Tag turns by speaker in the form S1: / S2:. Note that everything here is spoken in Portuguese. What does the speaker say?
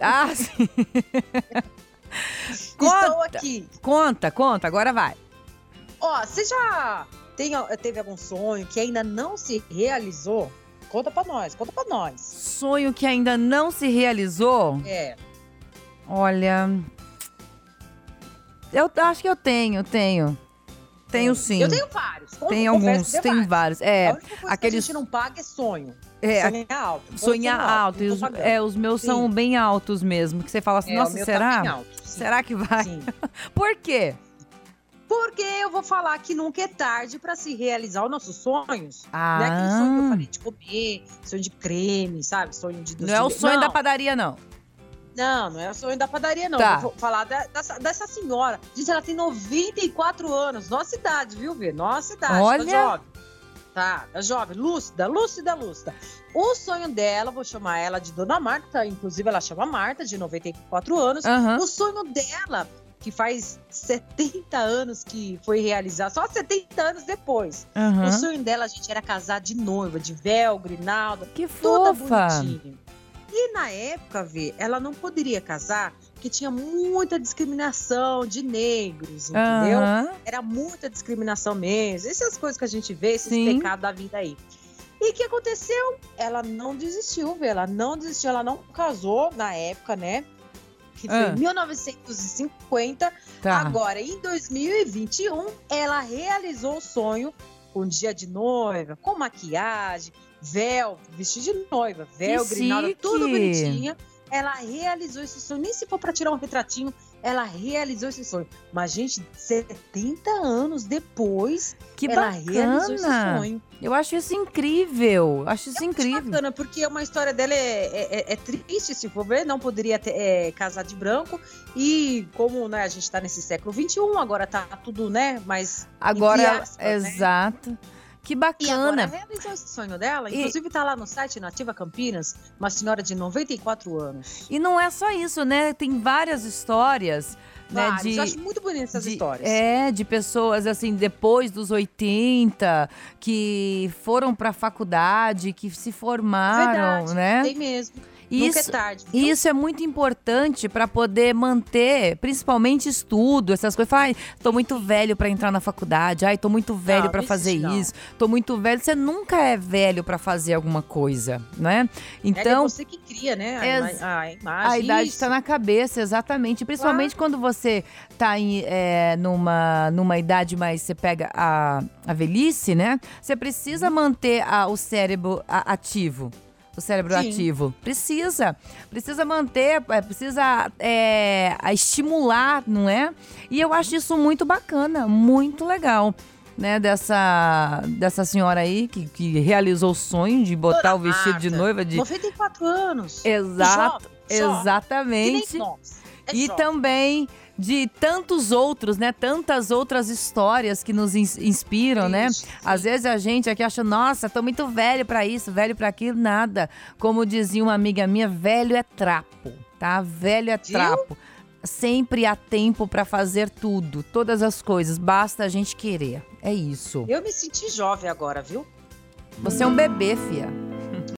S1: Ah, sim.
S2: Estou
S1: conta,
S2: Então, aqui.
S1: conta, conta, agora vai.
S2: Ó, você já tem, teve algum sonho que ainda não se realizou? Conta pra nós, conta pra nós.
S1: Sonho que ainda não se realizou?
S2: É.
S1: Olha. Eu acho que eu tenho, tenho. Tenho sim.
S2: Eu tenho vários. con-
S1: Tem
S2: confesso
S1: alguns,
S2: que eu tenho
S1: tem vários. É,
S2: A única coisa que a
S1: aqueles-
S2: gente não paga é sonho.
S1: é,
S2: sonhar alto. Vou
S1: sonhar alto.
S2: não
S1: e
S2: tô
S1: os,
S2: pagando.
S1: é, os meus são
S2: Sim.
S1: bem altos mesmo. Que você fala assim,
S2: É, o
S1: nossa,
S2: meu tá
S1: será?
S2: bem alto, sim,
S1: será que vai?
S2: sim.
S1: Por quê?
S2: Porque eu vou falar que nunca é tarde pra se realizar os nossos sonhos. Não é aquele
S1: Ah,
S2: sonho que eu falei de comer, sonho de creme, sabe? Sonho de doce
S1: não é o
S2: de leite.
S1: sonho da
S2: Não,
S1: padaria, não.
S2: Não, não é o sonho da padaria, não.
S1: Tá.
S2: Vou falar da- dessa, dessa senhora. Gente, ela tem 94 anos. Nossa idade, viu, Vê? Nossa idade.
S1: Olha.
S2: Tá jovem. Tá, tá jovem. Lúcida, lúcida, lúcida. O sonho dela, vou chamar ela de Dona Marta. Inclusive, ela chama Marta, de 94 anos.
S1: Aham.
S2: O sonho dela, que faz 70 anos que foi realizar, só 70 anos depois.
S1: aham.
S2: O sonho dela, gente, era casar de noiva, de véu, grinalda,
S1: Que
S2: toda
S1: fofa.
S2: bonitinha. E na época, Vê, ela não poderia casar porque tinha muita discriminação de negros, entendeu?
S1: Aham.
S2: Era muita discriminação mesmo. Essas coisas que a gente vê, esses
S1: Sim.
S2: pecados da vida aí. E o que aconteceu? Ela não desistiu, velho. Ela não desistiu, ela não casou na época, né? Que foi
S1: Ah.
S2: em 1950.
S1: Tá.
S2: Agora, em 2021, ela realizou o sonho com um dia de noiva, com maquiagem, véu, vestido de noiva, véu,
S1: Que
S2: grinalda, tudo
S1: chique!
S2: bonitinha. Ela realizou esse sonho. Nem se for pra tirar um retratinho, ela realizou esse sonho. Mas, gente, 70 anos depois,
S1: que
S2: ela realizou esse
S1: bacana.
S2: sonho.
S1: Eu acho isso incrível. Acho isso
S2: Que
S1: incrível.
S2: bacana, porque uma história dela é, é- é- é triste, se for ver, não poderia ter, é, casar de branco. E como né, a gente tá nesse século XXI, agora tá tudo, né? Mas.
S1: Agora,
S2: aspas, né?
S1: exato. Que
S2: E agora
S1: bacana.
S2: realizou esse sonho dela.
S1: E-
S2: Inclusive, tá lá no site Nativa Campinas, uma senhora de 94 anos.
S1: E não é só isso, né? Tem várias histórias, né?
S2: Vários.
S1: De,
S2: Eu acho muito bonita essas
S1: de-
S2: histórias.
S1: É, de pessoas assim, depois dos 80, que foram pra faculdade, que se formaram,
S2: É Verdade,
S1: né?
S2: Tem mesmo.
S1: E
S2: Nunca é
S1: isso,
S2: tarde. viu?
S1: e isso é muito importante pra poder manter, principalmente estudo, essas coisas. Falar, ai, tô muito velho pra entrar na faculdade, ai, tô muito velho
S2: Não,
S1: pra
S2: não
S1: fazer
S2: existe, não.
S1: isso, tô muito velho. Você nunca é velho pra fazer alguma coisa, né?
S2: é
S1: Então,
S2: você que cria, né? A,
S1: Ex-
S2: ima- a imagem.
S1: a idade
S2: isso.
S1: está na cabeça, exatamente. Principalmente quando você tá em, é, numa, numa idade mais. Você pega a, a velhice, né? Você precisa
S2: Uhum.
S1: manter a- o cérebro a- ativo. O cérebro
S2: Sim.
S1: ativo. Precisa. Precisa manter, é, precisa é, a estimular, não é? E eu acho isso muito bacana, muito legal. Né, dessa, dessa senhora aí que, que realizou o sonho de botar o vestido de
S2: Marta.
S1: noiva de.
S2: 94 anos.
S1: Exato.
S2: Exato. Que nem
S1: Exatamente.
S2: nós. É
S1: e
S2: jovem.
S1: também de tantos outros, né? Tantas outras histórias que nos ins- inspiram, né?
S2: Isso,
S1: Às vezes a gente aqui acha, nossa, tô muito velho pra isso, velho pra aquilo, nada. Como dizia uma amiga minha, velho é trapo, tá? Velho é
S2: Viu?
S1: trapo. Sempre há tempo pra fazer tudo, todas as coisas, basta a gente querer. É isso.
S2: Eu me senti jovem agora, viu?
S1: Você é um bebê, fia.